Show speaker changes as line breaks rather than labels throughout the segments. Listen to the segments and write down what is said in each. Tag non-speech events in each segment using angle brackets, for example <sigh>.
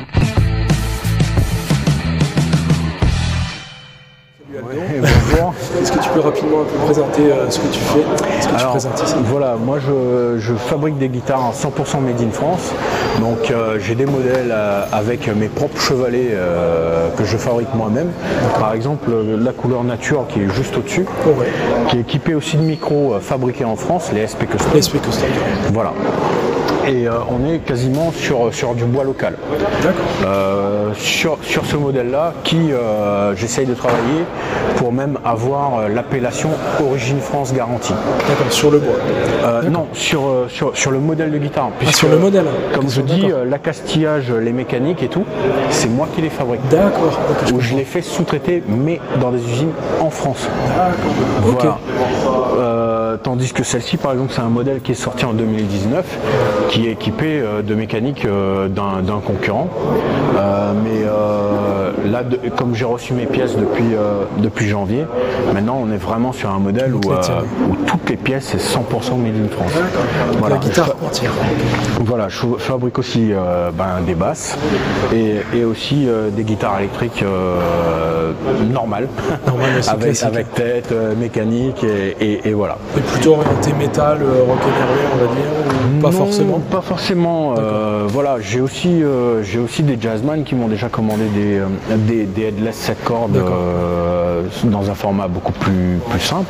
Eh,
<laughs> plus rapidement un peu présenter euh, ce que tu fais, ce que tu
Alors,
présentes ici
Voilà, moi je, je fabrique des guitares en 100% made in France. Donc euh, j'ai des modèles euh, avec mes propres chevalets euh, que je fabrique moi-même. Par exemple, euh, la couleur nature qui est juste au-dessus,
Oh, ouais.
qui est équipée aussi de micros euh, fabriqués en France, les SP Custom.
SP Custom.
Voilà. Et euh, on est quasiment sur, euh, sur du bois local.
D'accord.
Euh, sur, sur ce modèle-là, qui euh, j'essaye de travailler pour même avoir euh, l'appellation Origine France garantie.
D'accord, sur le bois.
Euh, non, sur, euh, sur, sur le modèle de guitare. puisque,
sur le modèle, hein.
Comme je
D'accord.
dis, euh, l'accastillage, les mécaniques et tout, c'est moi qui les fabrique.
D'accord, ok, je
Ou je les fais sous-traiter, mais dans des usines en France.
Ok.
Voilà. Euh, tandis que celle-ci, par exemple, c'est un modèle qui est sorti en 2019, qui est équipé euh, de mécanique euh, d'un d'un concurrent. Euh, mais euh, là, de- comme j'ai reçu mes pièces depuis, euh, depuis janvier, maintenant on est vraiment sur un modèle où,
les
euh,
tiennes.
où toutes les pièces c'est 100% made in France.
La guitare entière.
Voilà, je fa- fabrique aussi euh, ben, des basses et, et aussi euh, des guitares électriques euh, normales, <laughs>
Normales, c'est
avec,
classique.
avec tête, euh, mécanique et, et- et voilà.
Et plutôt orienté métal, euh, rock and roll, on va dire, ou pas
Non,
forcément.
Pas forcément. euh, voilà, j'ai aussi, euh, j'ai aussi des jazzman qui m'ont déjà commandé des, euh, des, des headless 7 cordes
D'accord.
euh, dans un format beaucoup plus, plus simple,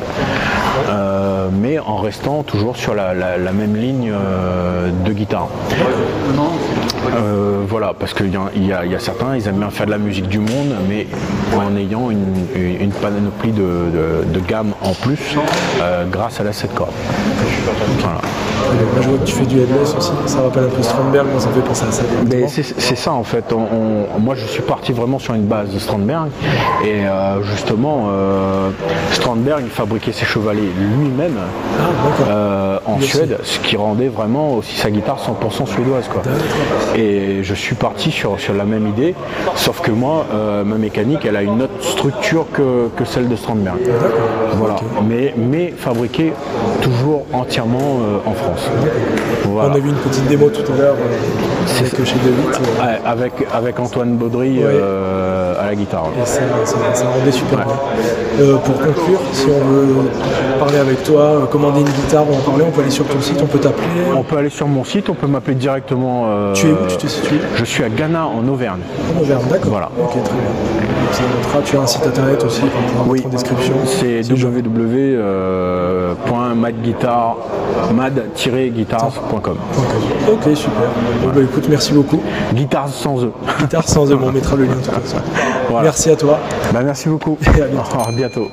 euh, mais en restant toujours sur la, la- la même ligne euh, de guitare. Euh, voilà, parce qu'il y, a- il y a il y a certains, ils aiment bien faire de la musique du monde, mais en ayant une, une- une panoplie de, de- de gammes en plus euh, grâce à la 7 cordes. Voilà.
Moi je vois que tu fais du headless aussi, ça rappelle un peu Stromberg, moi ça me fait penser à ça.
Mais c'est c'est ça en fait. On- on- moi, je suis parti vraiment sur une base de Strandberg et euh, justement, euh, Strandberg il fabriquait ses chevalets lui-même
Ah, d'accord.
euh, en
Merci.
Suède, ce qui rendait vraiment aussi sa guitare 100% suédoise quoi. Et je suis parti sur, sur la même idée, sauf que moi, euh, ma mécanique, elle a une autre structure que, que celle de Strandberg. Voilà. Mais, mais fabriquée toujours entièrement euh, en France. Voilà.
On a vu une petite démo tout à l'heure euh,
C'est
avec
ça.
chez DeWitt. euh,
Ouais, avec, avec Antoine Baudry euh, à la guitare.
Et ça, hein, ça- ça rendait super bien. Euh, pour conclure, si on veut parler avec toi, euh, commander une guitare ou en parler, on peut aller sur ton site, on peut t'appeler.
On peut aller sur mon site, on peut m'appeler directement. euh,
Tu es où Tu te situes
Je suis à Ghana en Auvergne.
En Auvergne, d'accord.
Voilà.
Ok, très bien. Donc, ça notera. Tu as un site internet aussi qu'on pourra mettre en description.
C'est euh,
Si jamais-
www.mad-guitars.com.
Ok, super. Bon, bah, écoute, merci beaucoup.
Guitars sans E. eux.
Guitare sans eux, mais on mettra le lien de toute façon.
Voilà.
Merci à toi.
Bah, merci beaucoup.
Et à bientôt.
Au revoir, <laughs> à bientôt.